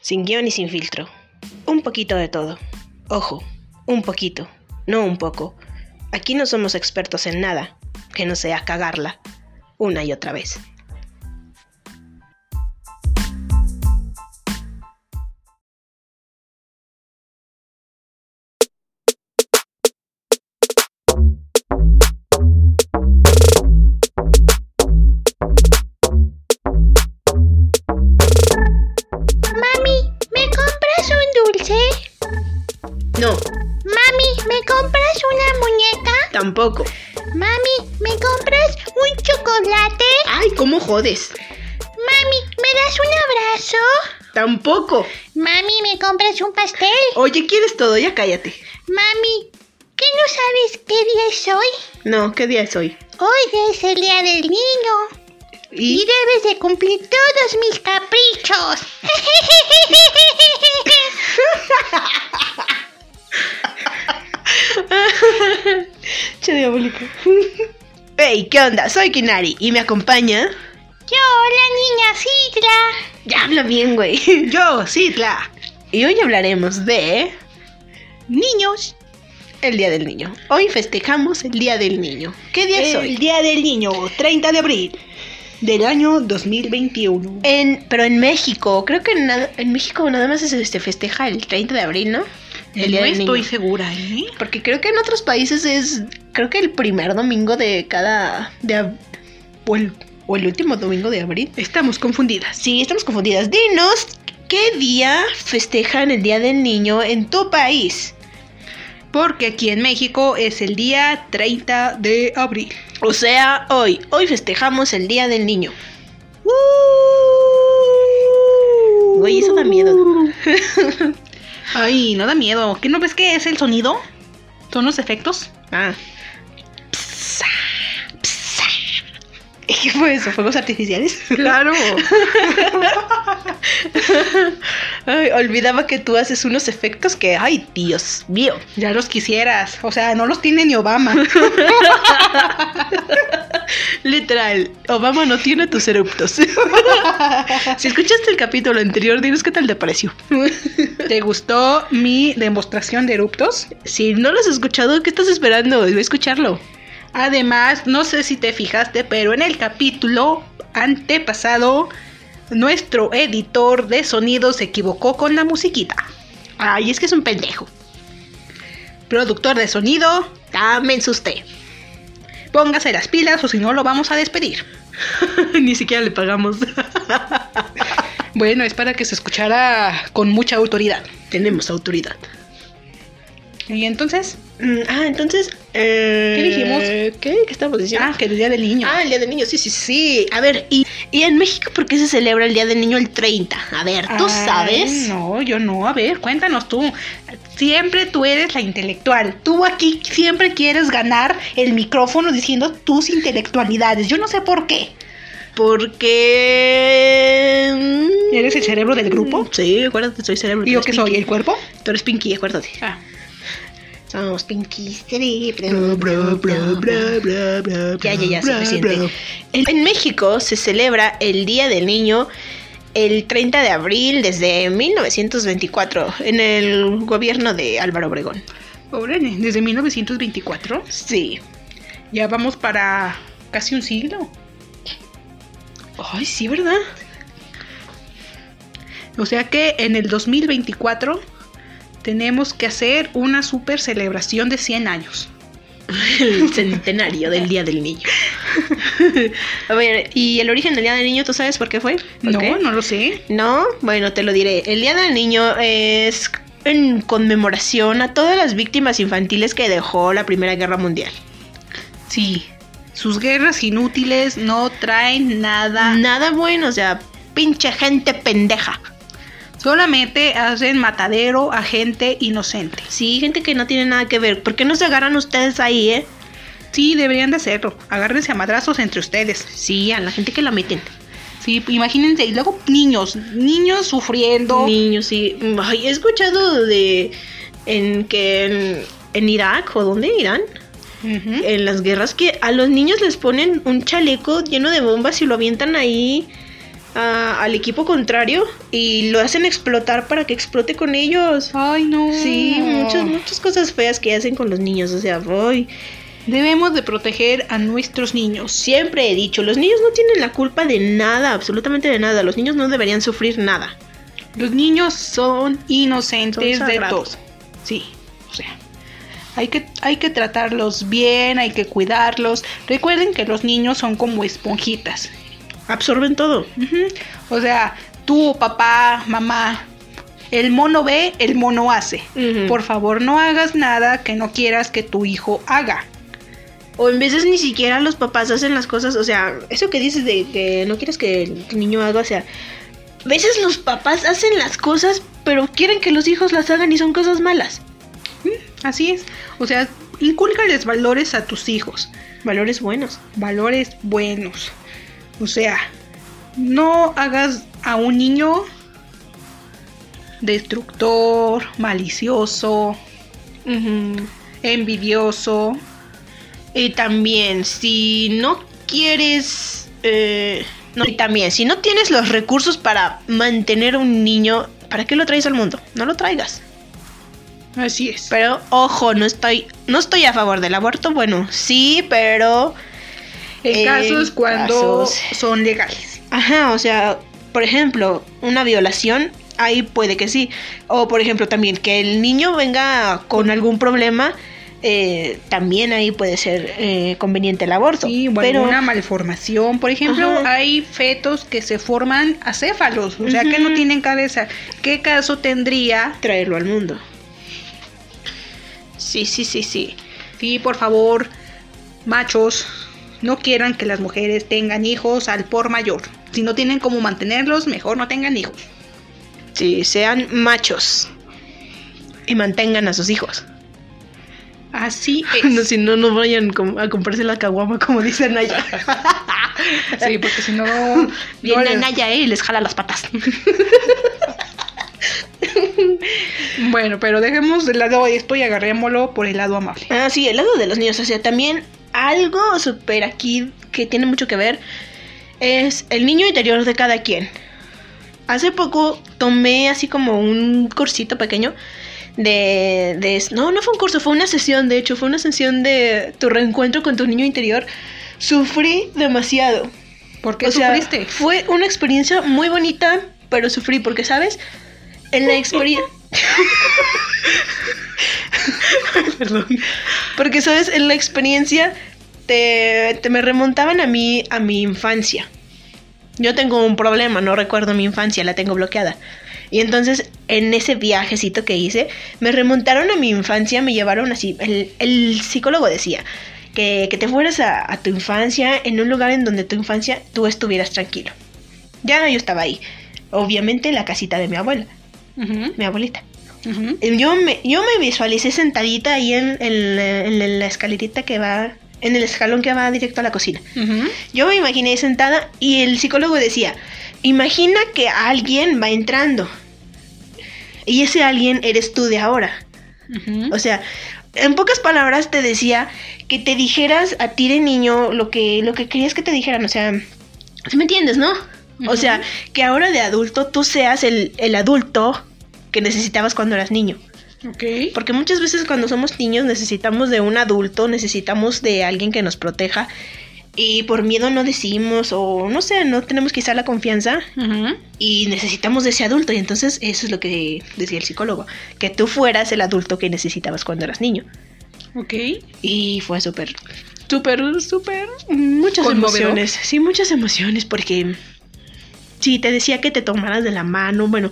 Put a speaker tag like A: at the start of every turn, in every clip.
A: sin guión y sin filtro. Un poquito de todo. Ojo, un poquito, no un poco. Aquí no somos expertos en nada, que no sea cagarla, una y otra vez.
B: Mami, ¿me compras un dulce?
A: No,
B: Mami, ¿me compras una muñeca?
A: tampoco.
B: Mami, ¿me compras un chocolate?
A: Ay, ¿cómo jodes?
B: Mami, ¿me das un abrazo?
A: Tampoco.
B: Mami, ¿me compras un pastel?
A: Oye, ¿quieres todo? Ya cállate.
B: Mami, ¿qué no sabes qué día es hoy?
A: No, ¿qué día es hoy?
B: Hoy es el día del niño. Y
A: Y
B: debes de cumplir todos mis caprichos.
A: Che diabólico. Hey, ¿qué onda? Soy Kinari y me acompaña.
B: Yo, la niña Sidra.
A: Ya habla bien, güey. Yo, Citla. Y hoy hablaremos de. Niños. El Día del Niño. Hoy festejamos el Día del Niño. ¿Qué día es
C: El
A: hoy?
C: Día del Niño, 30 de abril del año 2021.
A: En, pero en México, creo que nada- en México nada más se se festeja el 30 de abril, ¿no? El Día
C: no
A: del
C: estoy
A: Niño.
C: segura, ¿eh?
A: Porque creo que en otros países es, creo que el primer domingo de cada, de, ab- o el, o el último domingo de abril.
C: Estamos confundidas.
A: Sí, estamos confundidas. Dinos, ¿qué día festejan el Día del Niño en tu país?
C: Porque aquí en México es el día 30 de abril.
A: O sea, hoy, hoy festejamos el Día del Niño. Güey, eso da miedo.
C: Ay, no da miedo. ¿Qué no ves que es el sonido? ¿Son los efectos?
A: Ah. ¿Qué fue eso? ¿Fuegos artificiales?
C: Claro.
A: Ay, olvidaba que tú haces unos efectos que, ay, Dios mío.
C: ya los quisieras. O sea, no los tiene ni Obama.
A: Literal, Obama no tiene tus eruptos. si escuchaste el capítulo anterior, dinos qué tal te pareció.
C: ¿Te gustó mi demostración de eruptos?
A: Si no lo has escuchado, ¿qué estás esperando? Voy a escucharlo.
C: Además, no sé si te fijaste, pero en el capítulo antepasado, nuestro editor de sonido se equivocó con la musiquita.
A: Ay, es que es un pendejo.
C: Productor de sonido,
A: Ah, me asusté.
C: póngase las pilas o si no lo vamos a despedir.
A: Ni siquiera le pagamos.
C: Bueno, es para que se escuchara con mucha autoridad.
A: Tenemos autoridad.
C: Y entonces,
A: Mm, ah, entonces. eh,
C: ¿Qué dijimos?
A: ¿Qué? ¿Qué estamos diciendo?
C: ah, que el día del niño.
A: Ah, el Día del Niño, sí, sí, sí. A ver, ¿y, y en México por qué se celebra el Día del Niño el 30? A ver, ¿tú
C: Ay,
A: sabes?
C: No, yo no. A ver, cuéntanos tú. Siempre tú eres la intelectual. Tú aquí siempre quieres ganar el micrófono diciendo tus intelectualidades. Yo no sé por qué.
A: Porque... mm,
C: ¿Eres el cerebro del grupo?
A: Sí, acuérdate, soy cerebro.
C: ¿Y
A: tú
C: yo
A: eres
C: qué soy?
A: Pinky.
C: ¿El cuerpo?
A: Tú eres Pinky, acuérdate.
C: Ah.
A: Somos Pinky cerebro. Ya, ya, ya, suficiente. El- En México se celebra el Día del Niño el 30 de abril desde 1924 en el gobierno de Álvaro Obregón.
C: Órale, desde 1924.
A: Sí.
C: Ya vamos para casi un siglo.
A: Ay, sí, ¿verdad?
C: O sea que en el 2024 tenemos que hacer una super celebración de 100 años.
A: El centenario del Día del Niño. A ver, ¿y el origen del Día del Niño tú sabes por qué fue? ¿Por
C: No,
A: qué?
C: no lo sé.
A: No, bueno, te lo diré. El Día del Niño es en conmemoración a todas las víctimas infantiles que dejó la Primera Guerra Mundial.
C: Sí. Sus guerras inútiles no traen nada.
A: Nada bueno, o sea, pinche gente pendeja.
C: Solamente hacen matadero a gente inocente.
A: Sí, gente que no tiene nada que ver. ¿Por qué no se agarran ustedes ahí, eh?
C: Sí, deberían de hacerlo. Agárrense a madrazos entre ustedes.
A: Sí, a la gente que la meten.
C: Sí, imagínense, y luego niños, niños sufriendo.
A: Niños, sí. Ay, he escuchado de. en que en, en Irak, o dónde, Irán,
C: Ujú.
A: en las guerras que a los niños les ponen un chaleco lleno de bombas y lo avientan ahí a- al equipo contrario y lo hacen explotar para que explote con ellos.
C: Ay, no.
A: Sí, muchas, muchas cosas feas que hacen con los niños, o sea, voy.
C: Debemos de proteger a nuestros niños.
A: Siempre he dicho, los niños no tienen la culpa de nada, absolutamente de nada. Los niños no deberían sufrir nada.
C: Los niños son inocentes
A: Son
C: de todo.
A: sagrados.
C: Sí, o sea, hay que, hay que tratarlos bien, hay que cuidarlos. Recuerden que los niños son como esponjitas.
A: Absorben todo.
C: Ujú. O sea, tú, papá, mamá, el mono ve, el mono hace.
A: Ujú.
C: Por favor, no hagas nada que no quieras que tu hijo haga.
A: O en veces ni siquiera los papás hacen las cosas, o sea, eso que dices de que no quieres que el niño haga, o sea, a veces los papás hacen las cosas, pero quieren que los hijos las hagan y son cosas malas.
C: Así es. O sea, incúlcales valores a tus hijos.
A: Valores buenos.
C: valores buenos. O sea, no hagas a un niño destructor, malicioso, envidioso.
A: Y también, si no quieres... eh, no, y también, si no tienes los recursos para mantener a un niño, ¿para qué lo traes al mundo? No lo traigas.
C: Así es.
A: Pero ojo, no estoy, no estoy a favor del aborto, bueno, sí, pero...
C: En
A: en
C: casos cuando
A: casos-
C: son legales.
A: Ajá, o sea, por ejemplo, una violación, ahí puede que sí. O por ejemplo, también que el niño venga con algún problema, eh, también ahí puede ser eh, conveniente el aborto.
C: Sí, bueno,
A: pero
C: una malformación. Por ejemplo,
A: Ajá.
C: hay fetos que se forman acéfalos, o sea, que no
A: Ujú.
C: tienen cabeza. ¿Qué caso tendría?
A: traerlo al mundo. Sí, sí, sí, sí.
C: Sí, por favor, machos, no quieran que las mujeres tengan hijos al por mayor. Si no tienen cómo mantenerlos, mejor no tengan hijos.
A: Sí, sean machos y mantengan a sus hijos.
C: Así
A: No,
C: es.
A: si no, no vayan com- a comprarse la caguama como dicen allá.
C: Sí, porque si no. no
A: Viene
C: les-
A: Anaya, ¿eh? y les jala las patas.
C: Bueno, pero dejemos de lado esto y agarrémoslo por el lado amable.
A: Ah, sí, el lado de los niños. O sea, también algo súper aquí que tiene mucho que ver es el niño interior de cada quien. Hace poco tomé así como un cursito pequeño de, de... No, no fue un curso, fue una sesión, de hecho, fue una sesión de tu reencuentro con tu niño interior. Sufrí demasiado.
C: ¿Por qué
A: O sea,
C: sufriste?
A: Fue una experiencia muy bonita, pero sufrí porque, ¿sabes? En la experiencia...
C: Perdón.
A: Porque, ¿sabes? En la experiencia te, te me remontaban a mí, a mi infancia. Yo tengo un problema, no recuerdo mi infancia, la tengo bloqueada. Y entonces, en ese viajecito que hice, me remontaron a mi infancia, me llevaron así. El, el psicólogo decía que, que te fueras a, a tu infancia en un lugar en donde tu infancia tú estuvieras tranquilo. Ya yo estaba ahí. Obviamente, la casita de mi abuela, mi abuelita.
C: Ujú.
A: Yo me, yo me visualicé sentadita ahí en, en la- en la escalerita que va, en el escalón que va directo a la cocina.
C: Ujú.
A: Yo me imaginé ahí sentada y el psicólogo decía, imagina que alguien va entrando. Y ese alguien eres tú de ahora.
C: Ujú.
A: O sea, en pocas palabras te decía que te dijeras a ti de niño lo que, lo que querías que te dijeran. O sea, ¿sí me entiendes, no? O
C: Ujú.
A: sea, que ahora de adulto tú seas el, el adulto que necesitabas cuando eras niño.
C: Ok.
A: Porque muchas veces cuando somos niños necesitamos de un adulto, necesitamos de alguien que nos proteja. Y por miedo no decimos o no sé, no tenemos quizá la confianza
C: Ujú.
A: y necesitamos de ese adulto. Y entonces eso es lo que decía el psicólogo, que tú fueras el adulto que necesitabas cuando eras niño.
C: Ok.
A: Y fue súper...
C: Súper, súper.
A: Muchas
C: Conmovedor.
A: emociones, sí, muchas emociones porque... Sí, te decía que te tomaras de la mano, bueno,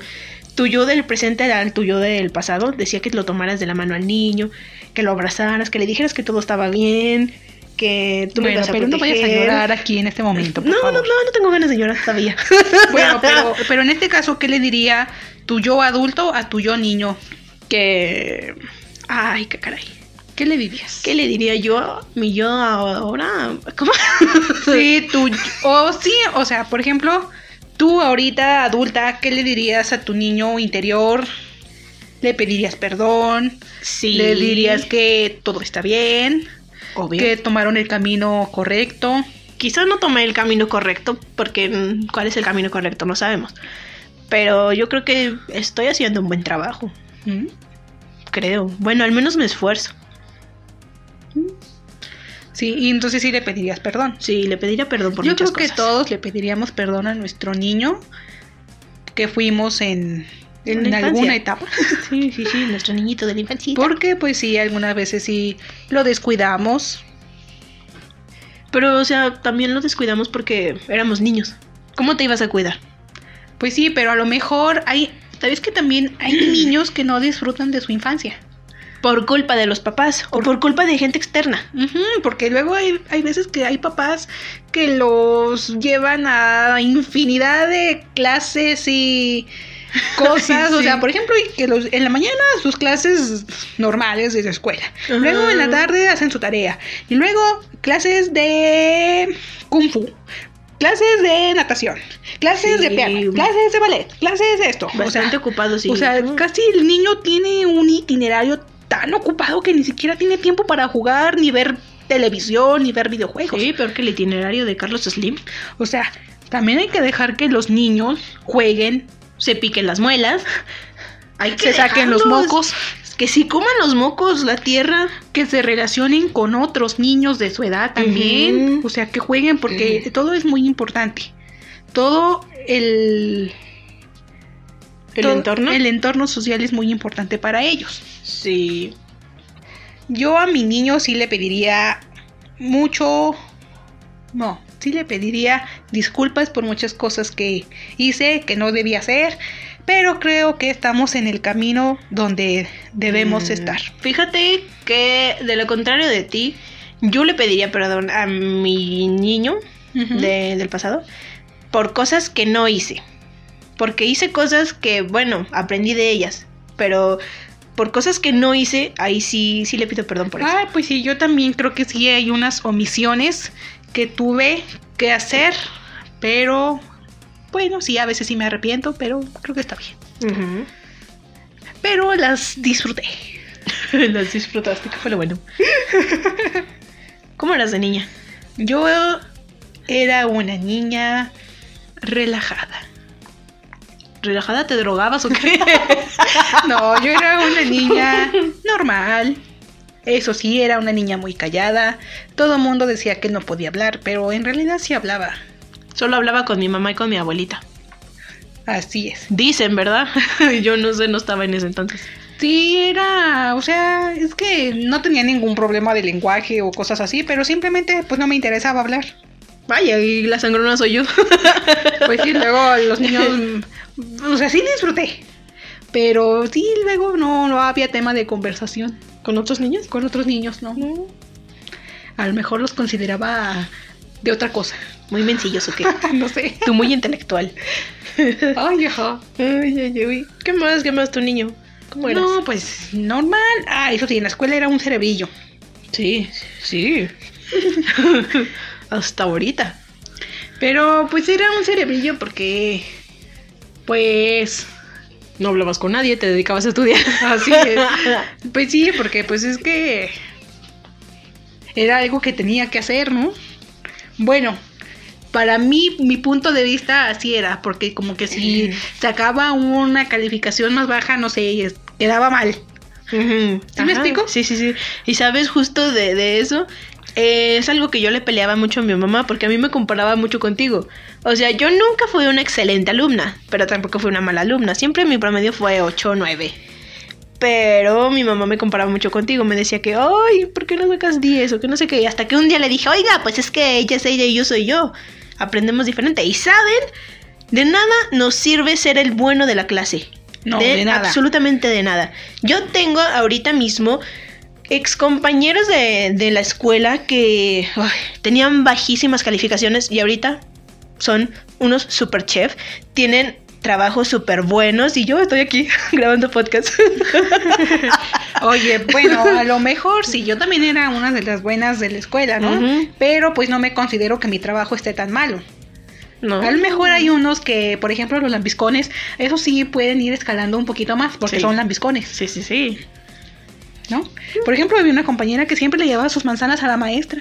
A: tu yo del presente era el tuyo del pasado, decía que lo tomaras de la mano al niño, que lo abrazaras, que le dijeras que todo estaba bien, que tú me
C: Bueno,
A: ibas a
C: pero no vayas a
A: proteger.
C: llorar aquí en este momento. por
A: No, no, no,
C: favor.
A: no tengo ganas de llorar todavía.
C: Bueno, pero, pero en este caso, ¿qué le diría tu yo adulto a tu yo niño?
A: que... Ay, qué caray.
C: ¿Qué le dirías?
A: ¿Qué le diría yo a mi yo ahora? ¿Cómo?
C: Sí, tu, o sí, o sea, por ejemplo, tú ahorita adulta, ¿qué le dirías a tu niño interior? ¿Le pedirías perdón?
A: Sí.
C: ¿Le dirías que todo está bien?
A: Obvio.
C: ¿Que tomaron el camino correcto?
A: quizá no tomé el camino correcto, porque mm, cuál es el camino correcto no sabemos. Pero yo creo que estoy haciendo un buen trabajo,
C: ¿Mm?
A: creo. Bueno, al menos me esfuerzo.
C: Sí, y entonces sí le pedirías perdón.
A: Sí, le pediría perdón por
C: Yo creo
A: muchas
C: que
A: cosas.
C: todos le pediríamos perdón a nuestro niño que fuimos en,
A: En
C: en
A: la infancia.
C: alguna etapa.
A: Sí, sí, sí, nuestro niñito de la infancia.
C: Porque pues sí, algunas veces sí lo descuidamos.
A: Pero, o sea, también lo descuidamos porque éramos niños. ¿Cómo te ibas a cuidar?
C: Pues sí, pero a lo mejor hay, sabes que también hay niños que no disfrutan de su infancia.
A: Por culpa de los papás o por culpa de gente externa.
C: Ujú, porque luego hay, hay veces que hay papás que los llevan a infinidad de clases y cosas.
A: Ay,
C: O
A: sí.
C: sea, por ejemplo, y que los, en la mañana sus clases normales de la escuela.
A: Ajá.
C: Luego en la tarde hacen su tarea. Y luego clases de kung fu. Clases de natación, clases de
A: Sí.
C: piano, clases de ballet, clases de esto. O sea,
A: Bastante ocupados, sí.
C: o sea, casi el niño tiene un itinerario tan ocupado que ni siquiera tiene tiempo para jugar, ni ver televisión, ni ver videojuegos.
A: Sí, peor que el itinerario de Carlos Slim.
C: O sea, también hay que dejar que los niños jueguen,
A: Se piquen las muelas. Hay
C: se saquen los
A: dejarlos.
C: mocos,
A: Que sí coman los mocos, la tierra.
C: que se relacionen con otros niños de su edad también.
A: Ujú.
C: O sea, que jueguen porque
A: Ujú.
C: todo es muy importante. Todo el...
A: ¿El
C: todo-
A: entorno?
C: El entorno social es muy importante para ellos.
A: Sí.
C: Yo a mi niño sí le pediría mucho. No, sí le pediría disculpas por muchas cosas que hice, que no debía hacer, pero creo que estamos en el camino donde debemos
A: Mm.
C: estar.
A: Fíjate que, de lo contrario de ti, yo le pediría perdón a mi niño
C: De-
A: de- del pasado por cosas que no hice. Porque hice cosas que, bueno, aprendí de ellas. Pero por cosas que no hice, ahí sí, sí le pido perdón por eso.
C: Ah, pues sí, yo también creo que sí hay unas omisiones que tuve que hacer, pero bueno, sí, a veces sí me arrepiento, pero creo que está bien.
A: Ah, Ujú.
C: Pero las disfruté.
A: las disfrutaste, que fue lo bueno. ¿Cómo eras de niña?
C: Yo era una niña relajada.
A: ¿Relajada te drogabas o qué?
C: No, yo era una niña normal. Eso sí, era una niña muy callada. Todo el mundo decía que no podía hablar, pero en realidad sí hablaba.
A: Solo hablaba con mi mamá y con mi abuelita.
C: Así es.
A: Dicen, ¿verdad? Yo no sé, no estaba en ese entonces.
C: Sí, era, o sea, es que no tenía ningún problema de lenguaje o cosas así, pero simplemente pues no me interesaba hablar.
A: Vaya, y la sangrona soy yo.
C: Pues sí, luego los niños, mm, o sea, sí disfruté. Pero sí, luego no, no había tema de conversación.
A: ¿Con otros niños?
C: Con otros niños, ¿no? A lo mejor los consideraba de otra cosa.
A: Muy mencilloso que.
C: Ah, no sé.
A: Tú muy intelectual.
C: Ay, ajá.
A: Ay, ay, ay. ¿Qué más? ¿Qué más tu niño? ¿Cómo eras?
C: No, pues normal. Ah, eso sí, en la escuela era un cerebrillo.
A: Sí, sí. Hasta ahorita.
C: Pero pues era un cerebrillo porque. Pues.
A: No hablabas con nadie, te dedicabas a estudiar.
C: Así es. Pues sí, porque pues es que. Era algo que tenía que hacer, ¿no? Bueno. Para mí, mi punto de vista así era, porque como que si sacaba una calificación más baja, no sé, es- quedaba mal.
A: Ujú.
C: ¿Sí me
A: Ajá,
C: explico?
A: Sí, sí, sí. Y sabes, justo de, de eso, eh, es algo que yo le peleaba mucho a mi mamá porque a mí me comparaba mucho contigo. O sea, yo nunca fui una excelente alumna, pero tampoco fui una mala alumna. Siempre mi promedio fue 8 o 9. Pero mi mamá me comparaba mucho contigo, me decía que, ay, ¿por qué no sacas 10? O que no sé qué. Y hasta que un día le dije, oiga, pues es que ella es ella y yo soy yo. Aprendemos diferente. Y saben, de nada nos sirve ser el bueno de la clase
C: No, de, nada.
A: absolutamente de nada. Yo tengo ahorita mismo ex compañeros de, de la escuela que ay, tenían bajísimas calificaciones y ahorita son unos super chef, tienen trabajos súper buenos y yo estoy aquí grabando podcast.
C: Oye, bueno, a lo mejor sí, yo también era una de las buenas de la escuela, ¿no?
A: Ujú.
C: Pero pues no me considero que mi trabajo esté tan malo.
A: No.
C: A lo mejor hay unos que, por ejemplo, los lambiscones, esos sí pueden ir escalando un poquito más porque
A: Sí.
C: son lambiscones,
A: Sí, sí, sí.
C: ¿no? Por ejemplo, había una compañera que siempre le llevaba sus manzanas a la maestra.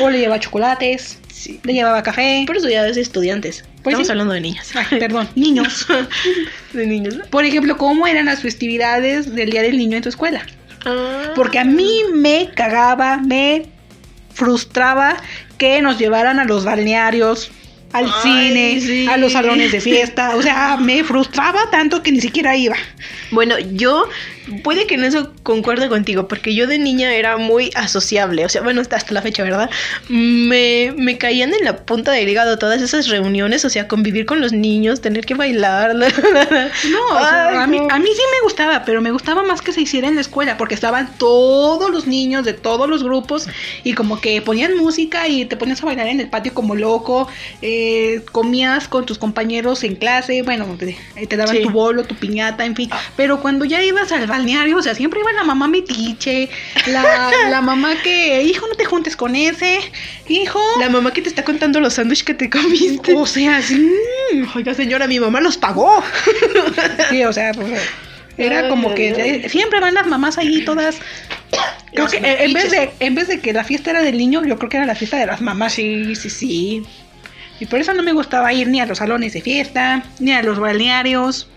C: O le llevaba chocolates,
A: Sí.
C: le llevaba café.
A: Por eso ya es estudiantes.
C: Pues
A: Estamos
C: sí.
A: hablando de niñas.
C: Ay, perdón, niños.
A: De niños, ¿no?
C: Por ejemplo, ¿cómo eran las festividades del Día del Niño en tu escuela?
A: Ah.
C: Porque a mí me cagaba, me frustraba que nos llevaran a los balnearios, al
A: Ay,
C: cine,
A: sí.
C: a los salones de fiesta. O sea, me frustraba tanto que ni siquiera iba.
A: Bueno, yo puede que en eso concuerde contigo, porque yo de niña era muy asociable, o sea, bueno, hasta, hasta la fecha, ¿verdad? Me, me caían en la punta del hígado todas esas reuniones, o sea, convivir con los niños, tener que bailar. la, la, la.
C: No, o sea,
A: Ay,
C: a, mí,
A: no.
C: a mí sí me gustaba, pero me gustaba más que se hiciera en la escuela, porque estaban todos los niños de todos los grupos y como que ponían música y te ponías a bailar en el patio como loco, eh, comías con tus compañeros en clase, bueno, te, eh, te daban
A: Sí.
C: tu bolo, tu piñata, en fin, pero cuando ya ibas al balneario, o sea, siempre iba la mamá metiche, la, la mamá que, hijo, no te juntes con ese, hijo...
A: La mamá que te está contando los sándwiches que te comiste.
C: o sea, sí,
A: Oiga, señora, mi mamá los pagó.
C: Sí, o sea, pues, era
A: Ay,
C: como que
A: ay, ay.
C: eh, siempre van las mamás ahí todas. Creo
A: Las
C: que eh, en vez, de,
A: metiches.
C: en vez de que la fiesta era del niño, yo creo que era la fiesta de las mamás. Sí, sí, sí. Y por eso no me gustaba ir ni a los salones de fiesta, ni a los balnearios,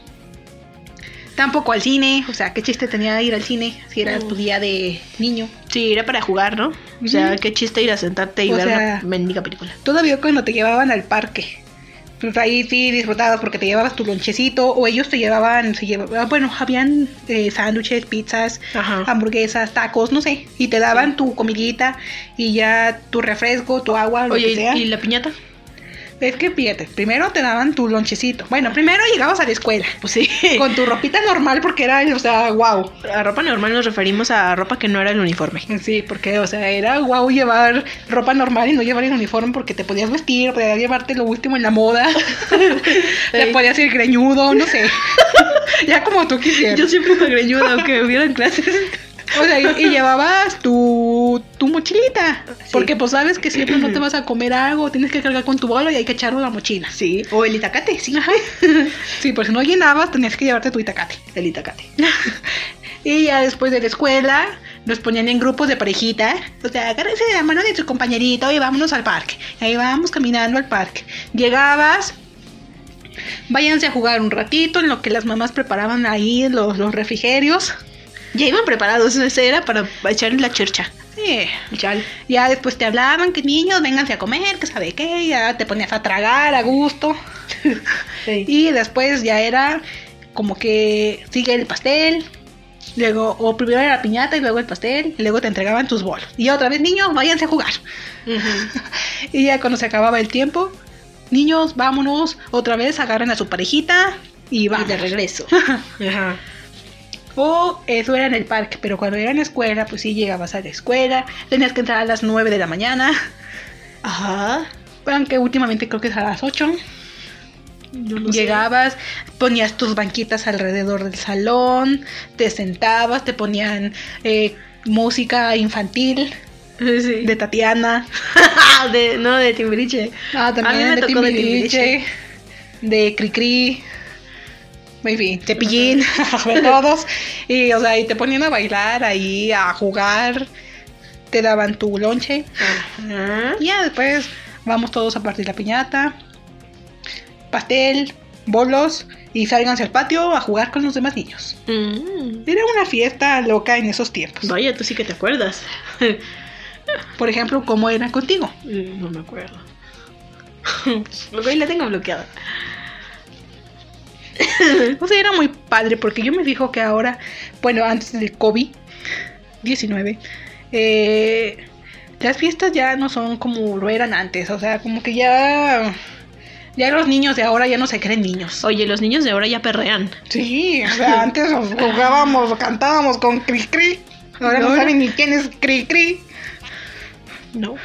C: tampoco al cine. O sea, qué chiste tenía ir al cine si era tu día de niño.
A: Sí, era para jugar, ¿no? O sea,
C: Ujú.
A: qué chiste ir a sentarte y
C: O
A: ver
C: sea-
A: una mendiga película.
C: Todavía cuando te llevaban al parque. Pues ahí sí disfrutabas porque te llevabas tu lonchecito o ellos te llevaban, se llevaban bueno, habían eh, sándwiches, pizzas,
A: Ajá.
C: hamburguesas, tacos, no sé. Y te daban tu comidita y ya tu refresco, tu agua, lo
A: Oye,
C: que sea.
A: ¿y, y la piñata?
C: Es que fíjate, primero te daban tu lonchecito. Bueno, primero llegabas a la escuela
A: Pues sí.
C: con tu ropita normal porque era, o sea, wow.
A: A ropa normal nos referimos a ropa que no era el uniforme.
C: Sí, porque, o sea, era wow llevar ropa normal y no llevar el uniforme porque te podías vestir, podías llevarte lo último en la moda, te
A: Ey.
C: podías ir greñudo, no sé. ya como tú quisieras.
A: Yo siempre me greñuda, aunque hubieran clases.
C: O sea, y, y llevabas tu, tu mochilita.
A: Sí.
C: Porque pues sabes que siempre no te vas a comer algo, tienes que cargar con tu bolo y hay que echarlo a la mochila.
A: Sí, o el itacate, sí.
C: Sí, pues si no llenabas, tenías que llevarte tu itacate.
A: El itacate.
C: Y ya después de la escuela nos ponían en grupos de parejita. O sea, agárrense de la mano de su compañerito y vámonos al parque. Y ahí vamos caminando al parque. Llegabas, váyanse a jugar un ratito en lo que las mamás preparaban ahí los, los refrigerios.
A: Ya iban preparados, ese era para echar la chercha.
C: Sí, Ya después te hablaban que niños, vénganse a comer, que sabe qué, ya te ponías a tragar a gusto.
A: Sí.
C: Y después ya era como que sigue el pastel. Luego, o primero era la piñata y luego el pastel, y luego te entregaban tus bolos. Y otra vez, niños, váyanse a jugar. Y ya cuando se acababa el tiempo, niños, vámonos, otra vez agarren a su parejita y van de regreso.
A: Ajá.
C: O eso era en el parque, pero cuando era en la escuela, pues sí llegabas a la escuela, tenías que entrar a las 9 de la mañana,
A: Ajá.
C: aunque últimamente creo que es a las 8.
A: Yo
C: Llegabas, ponías tus banquitas alrededor del salón, te sentabas, te ponían eh, música infantil
A: Sí.
C: de Tatiana.
A: de, no, de Timbiriche.
C: Ah,
A: A mí me tocó de Timbiriche.
C: de Cricri. En fin, Cepillín, de todos. Y, o sea, y te ponían a bailar ahí, a jugar. Te daban tu lonche.
A: Ajá.
C: Y ya después vamos todos a partir la piñata, pastel, bolos y sálganse al patio a jugar con los demás niños.
A: Mm.
C: Era una fiesta loca en esos tiempos.
A: Vaya, tú sí que te acuerdas.
C: Por ejemplo, ¿cómo era contigo?
A: Mm, no me acuerdo. Güey, la tengo bloqueada.
C: O sea, era muy padre porque yo me dijo que ahora, bueno, antes del COVID-19, eh, las fiestas ya no son como lo eran antes. O sea, como que ya... Ya los niños de ahora ya no se creen niños.
A: Oye, los niños de ahora ya perrean.
C: Sí, o sea, antes nos jugábamos, cantábamos con Cri Cri. Ahora no
A: Ahora-
C: saben ni quién es Cri Cri.
A: No.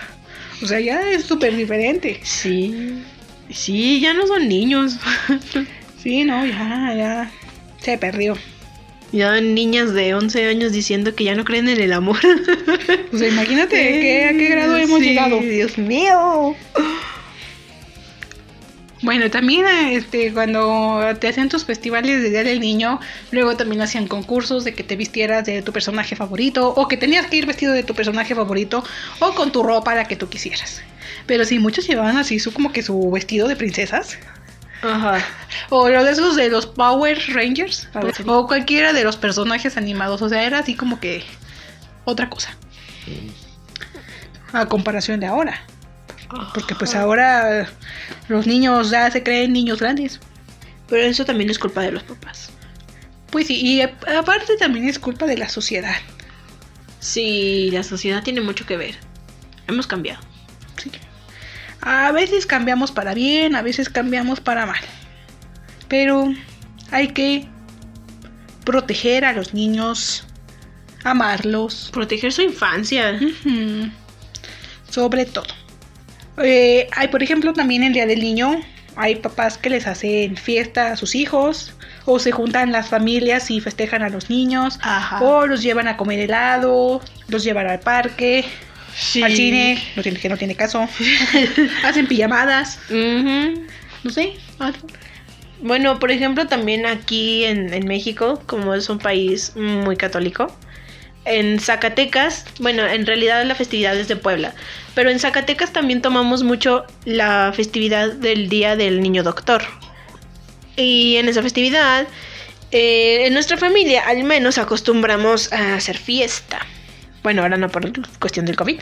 C: O sea, ya es súper diferente.
A: Sí. Sí, ya no son niños.
C: Sí, no, ya, ya. Se perdió.
A: Ya niñas de 11 años diciendo que ya no creen en el amor.
C: O sea, imagínate qué- a qué grado hemos
A: Sí,
C: llegado.
A: Dios mío.
C: Bueno, también eh, este, cuando te hacían tus festivales de Día del Niño, luego también hacían concursos de que te vistieras de tu personaje favorito o que tenías que ir vestido de tu personaje favorito o con tu ropa la que tú quisieras. Pero sí, muchos llevaban así su como que su vestido de princesas
A: Ajá.
C: o lo de esos de los Power Rangers algo así, o cualquiera de los personajes animados, o sea, era así como que otra cosa. A comparación de ahora. Porque pues ahora los niños ya se creen niños grandes.
A: Pero eso también es culpa de los papás.
C: Pues sí, y a- aparte también es culpa de la sociedad.
A: Sí, la sociedad tiene mucho que ver. Hemos cambiado.
C: sí. A veces cambiamos para bien, a veces cambiamos para mal. Pero hay que proteger a los niños, amarlos,
A: Proteger su infancia.
C: Ujú. sobre todo. Eh, hay, por ejemplo, también el Día del Niño, hay papás que les hacen fiesta a sus hijos, o se juntan las familias y festejan a los niños,
A: Ajá.
C: o los llevan a comer helado, los llevan al parque,
A: Sí.
C: al cine, no tiene, que no tiene caso, hacen pijamadas,
A: Ujú.
C: no sé.
A: Bueno, por ejemplo, también aquí en, en México, como es un país muy católico, en Zacatecas, bueno, en realidad la festividad es de Puebla, pero en Zacatecas también tomamos mucho la festividad del Día del Niño Doctor. Y en esa festividad, eh, en nuestra familia al menos acostumbramos a hacer fiesta. Bueno, ahora no por cuestión del COVID,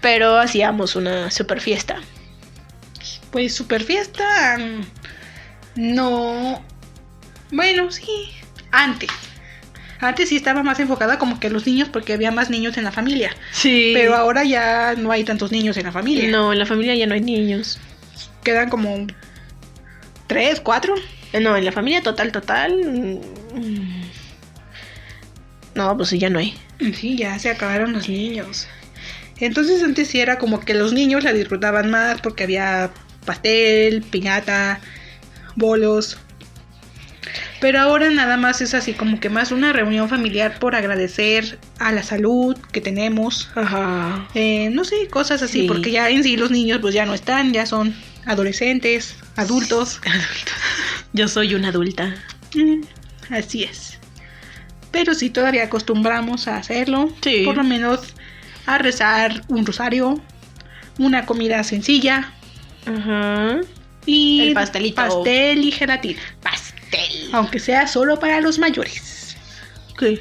A: pero hacíamos una super fiesta.
C: Pues super fiesta, mm, no, bueno, sí, antes. Antes sí estaba más enfocada como que a los niños porque había más niños en la familia.
A: Sí.
C: Pero ahora ya no hay tantos niños en la familia.
A: No, en la familia ya no hay niños.
C: Quedan como tres, cuatro.
A: Eh, No, en la familia total, total. mm, No, pues sí, ya no hay.
C: Sí, ya se acabaron los niños. Entonces antes sí era como que los niños la disfrutaban más porque había pastel, piñata, bolos. Pero ahora nada más es así como que más una reunión familiar por agradecer a la salud que tenemos.
A: Ajá.
C: Eh, no sé, cosas así,
A: Sí.
C: porque ya en sí los niños pues ya no están, ya son adolescentes, adultos.
A: Yo soy una adulta.
C: Mm, Así es. Pero si todavía acostumbramos a hacerlo,
A: Sí.
C: por lo menos a rezar un rosario, una comida sencilla
A: Ajá.
C: y
A: El pastelito.
C: pastel y gelatina,
A: Pastel.
C: aunque sea solo para los mayores.
A: ¿Qué?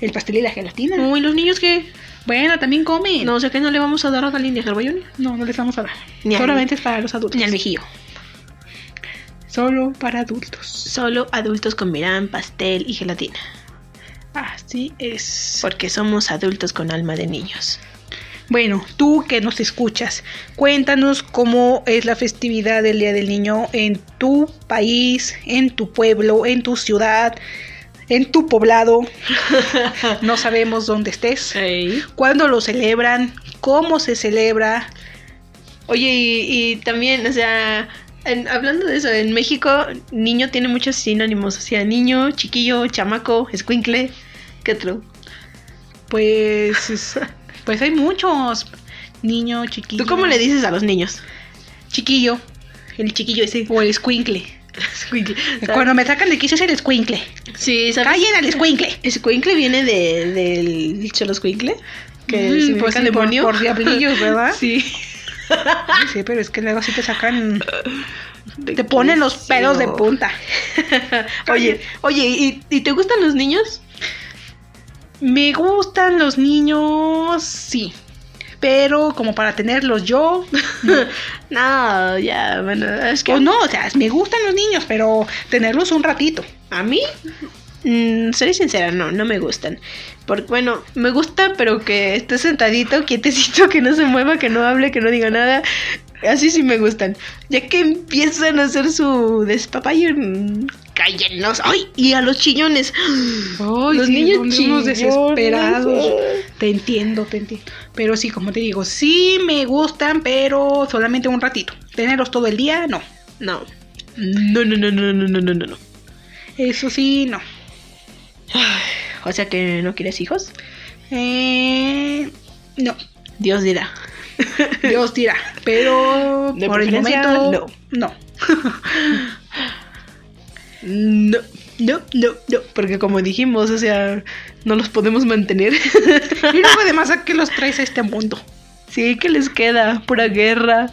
C: El pastel y la gelatina.
A: Uy, ¿los niños qué?
C: Bueno, también comen.
A: No sé qué no le vamos a dar a Galín ni a Gerbayoni.
C: no, no les vamos a dar.
A: Ni al-
C: Solamente es para los adultos.
A: ni al vigío.
C: Solo para adultos.
A: Solo adultos comerán pastel y gelatina.
C: Así es.
A: Porque somos adultos con alma de niños.
C: Bueno, tú que nos escuchas, cuéntanos cómo es la festividad del Día del Niño en tu país, en tu pueblo, en tu ciudad, en tu poblado. No sabemos dónde estés. ¿Cuándo lo celebran? ¿Cómo se celebra?
A: Oye, y, y también, o sea, en- hablando de eso, en México, niño tiene muchos sinónimos. O sea, niño, chiquillo, chamaco, escuincle. ¿Qué otro?
C: Pues, es- pues hay muchos. Niño, chiquillo.
A: ¿Tú cómo le dices a los niños?
C: Chiquillo.
A: El chiquillo ese.
C: O el squinkle.
A: Escuincle.
C: Cuando me sacan de quicio es el squinkle.
A: Sí, ¿sabes?
C: ¡Callen al squinkle!
A: Escuincle viene de, del cholo escuincle, que
C: Mm,
A: significa
C: pues sí, por-
A: demonio.
C: por diablillos, ¿verdad?
A: Sí.
C: Ay, Sí, pero es que luego sí te sacan. Te ponen los pelos de punta.
A: oye, oye, ¿y, y te gustan los niños?
C: Me gustan los niños, sí. Pero como para tenerlos yo.
A: No, ya, bueno, es que...
C: O Pues no, o sea, me gustan los niños, pero tenerlos un ratito.
A: ¿A mí? Mm, soy sincera, no, no me gustan. Porque, bueno, me gusta, pero que esté sentadito, quietecito, que no se mueva, que no hable, que no diga nada. Así sí me gustan. Ya que empiezan a hacer su despapayo, mm, cállenos. ¡Ay! Y a los chillones. los niños chillones.
C: chinos desesperados. Te entiendo, te entiendo. Pero sí, como te digo, sí me gustan, pero solamente un ratito. Tenerlos todo el día, no.
A: No. No, no, no, no, no, no, no, no, no.
C: Eso sí, no.
A: O sea que no quieres hijos.
C: Eh, no.
A: Dios dirá.
C: Dios tira. Pero
A: De
C: por el
A: preferencia,
C: momento. No.
A: No, no, no, no. Porque como dijimos, o sea, no los podemos mantener.
C: Y luego además a qué los traes a este mundo.
A: sí, que les queda? Pura guerra.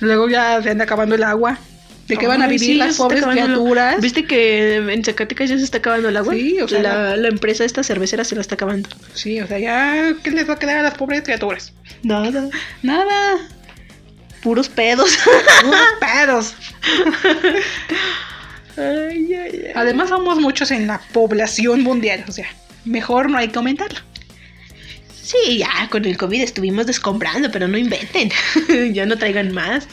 C: Luego ya se anda acabando el agua. ¿De qué van a
A: Ay,
C: vivir
A: sí, ya se
C: las
A: está
C: pobres
A: acabando el-
C: criaturas?
A: ¿Viste que en Zacatecas ya se está acabando el agua?
C: Sí, o sea,
A: la, la empresa esta cervecera se la está acabando.
C: Sí, o sea, ya, ¿qué les va a quedar a las pobres criaturas?
A: Nada.
C: Nada.
A: Puros pedos.
C: Unos pedos.
A: ay, ay, ay.
C: Además, somos muchos en la población mundial, o sea, mejor no hay que aumentarlo.
A: Sí, ya con el COVID estuvimos descomprando, pero no inventen. ya no traigan más.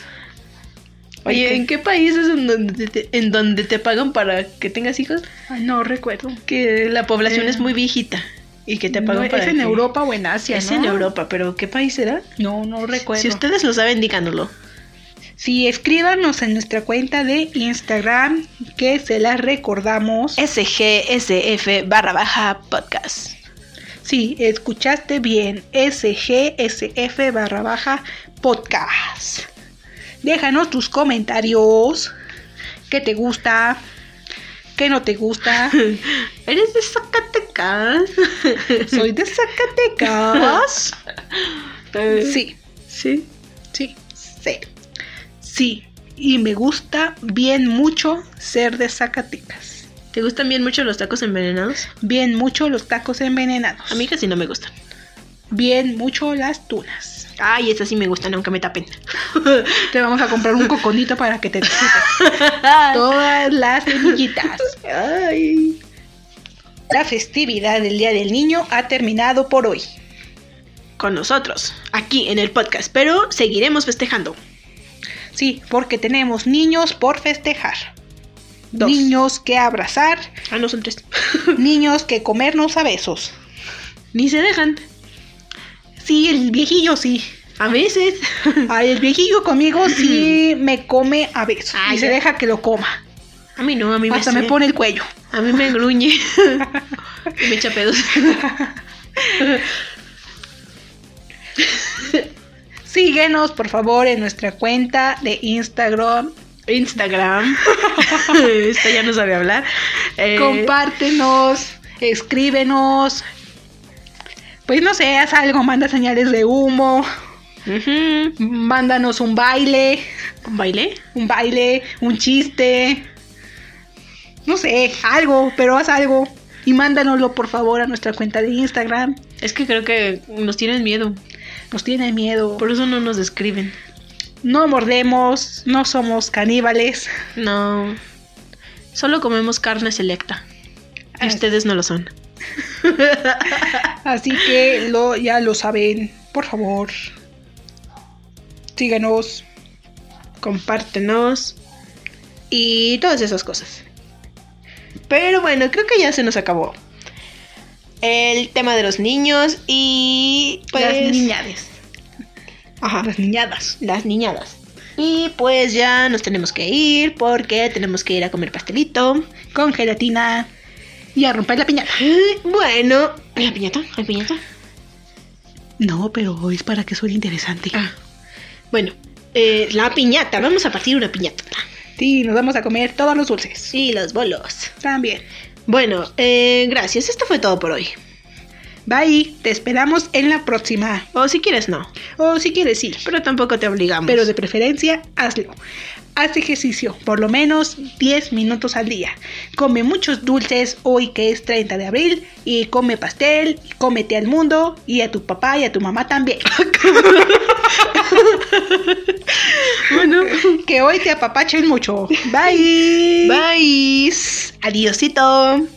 A: Oye,
C: Ok.
A: ¿en qué países en donde te, en donde te pagan para que tengas hijos?
C: Ay, no recuerdo.
A: Que la población
C: Eh.
A: es muy viejita y que te pagan
C: No,
A: para
C: ¿Es en
A: que-
C: Europa o en Asia?
A: es
C: ¿no?
A: en Europa, pero ¿qué país era?
C: No, no recuerdo.
A: Si ustedes lo saben, díganoslo.
C: Sí, escríbanos en nuestra cuenta de Instagram, que se las recordamos.
A: SGSF barra baja podcast.
C: Sí, escuchaste bien. SGSF barra baja podcast. Déjanos tus comentarios. ¿Qué te gusta? ¿Qué no te gusta?
A: ¿Eres de Zacatecas?
C: Soy de Zacatecas.
A: sí.
C: Sí,
A: Sí.
C: sí, sí. Sí, y me gusta bien mucho ser de Zacatecas.
A: ¿Te gustan bien mucho los tacos envenenados?
C: Bien mucho los tacos envenenados.
A: A mí casi no me gustan.
C: Bien mucho las tunas.
A: Ay, esas sí me gustan, aunque me tapen.
C: Te vamos a comprar un coconito para que te visites. Todas las semillitas.
A: Ay.
C: La festividad del Día del Niño ha terminado por hoy.
A: Con nosotros, aquí en el podcast, pero seguiremos festejando.
C: Sí, porque tenemos niños por festejar.
A: Dos.
C: Niños que abrazar,
A: Ah, no son tres.
C: niños que comernos a besos.
A: Ni se dejan.
C: Sí, el viejillo sí.
A: A veces.
C: Ay, el viejillo conmigo sí me come a besos
A: Ay,
C: y se
A: ya. Ah,
C: deja que lo coma.
A: A mí no, a mí
C: Hasta
A: me,
C: me pone el cuello.
A: A mí me gruñe. y me echa pedos.
C: Síguenos, por favor, en nuestra cuenta de Instagram.
A: Instagram. Esta ya no sabe hablar. Eh,
C: Compártenos, escríbenos. Pues no sé, haz algo, manda señales de humo,
A: ujú.
C: mándanos un baile,
A: ¿Un baile?
C: un baile, un chiste. No sé, algo, pero haz algo. Y mándanoslo, por favor, a nuestra cuenta de Instagram.
A: Es que creo que nos tienen miedo.
C: Nos tiene miedo.
A: Por eso no nos describen.
C: No mordemos, no somos caníbales.
A: No. Solo comemos carne selecta. Y ustedes no lo son.
C: Así que lo, ya lo saben. Por favor, síganos
A: Compártenos. Y todas esas cosas. Pero bueno, creo que ya se nos acabó. El tema de los niños y pues
C: las niñades.
A: Ajá.
C: Las niñadas.
A: las niñadas. Y pues ya nos tenemos que ir porque tenemos que ir a comer pastelito.
C: Con gelatina y a romper la piñata.
A: Bueno, ¿la piñata? ¿La piñata?
C: No, pero es para que suene interesante.
A: Ah. Bueno, eh, la piñata. Vamos a partir una piñata.
C: Sí, nos vamos a comer todos los dulces.
A: Y los bolos.
C: También.
A: Bueno, eh, gracias. Esto fue todo por hoy.
C: Bye, te esperamos en la próxima.
A: O si quieres, no.
C: O si quieres ir,
A: Pero tampoco te obligamos.
C: pero de preferencia hazlo. Haz ejercicio, por lo menos 10 minutos al día. Come muchos dulces hoy que es 30 de abril y come pastel, y cómete al mundo y a tu papá y a tu mamá también.
A: bueno.
C: que hoy te apapachen mucho. Bye.
A: Bye. Adiosito.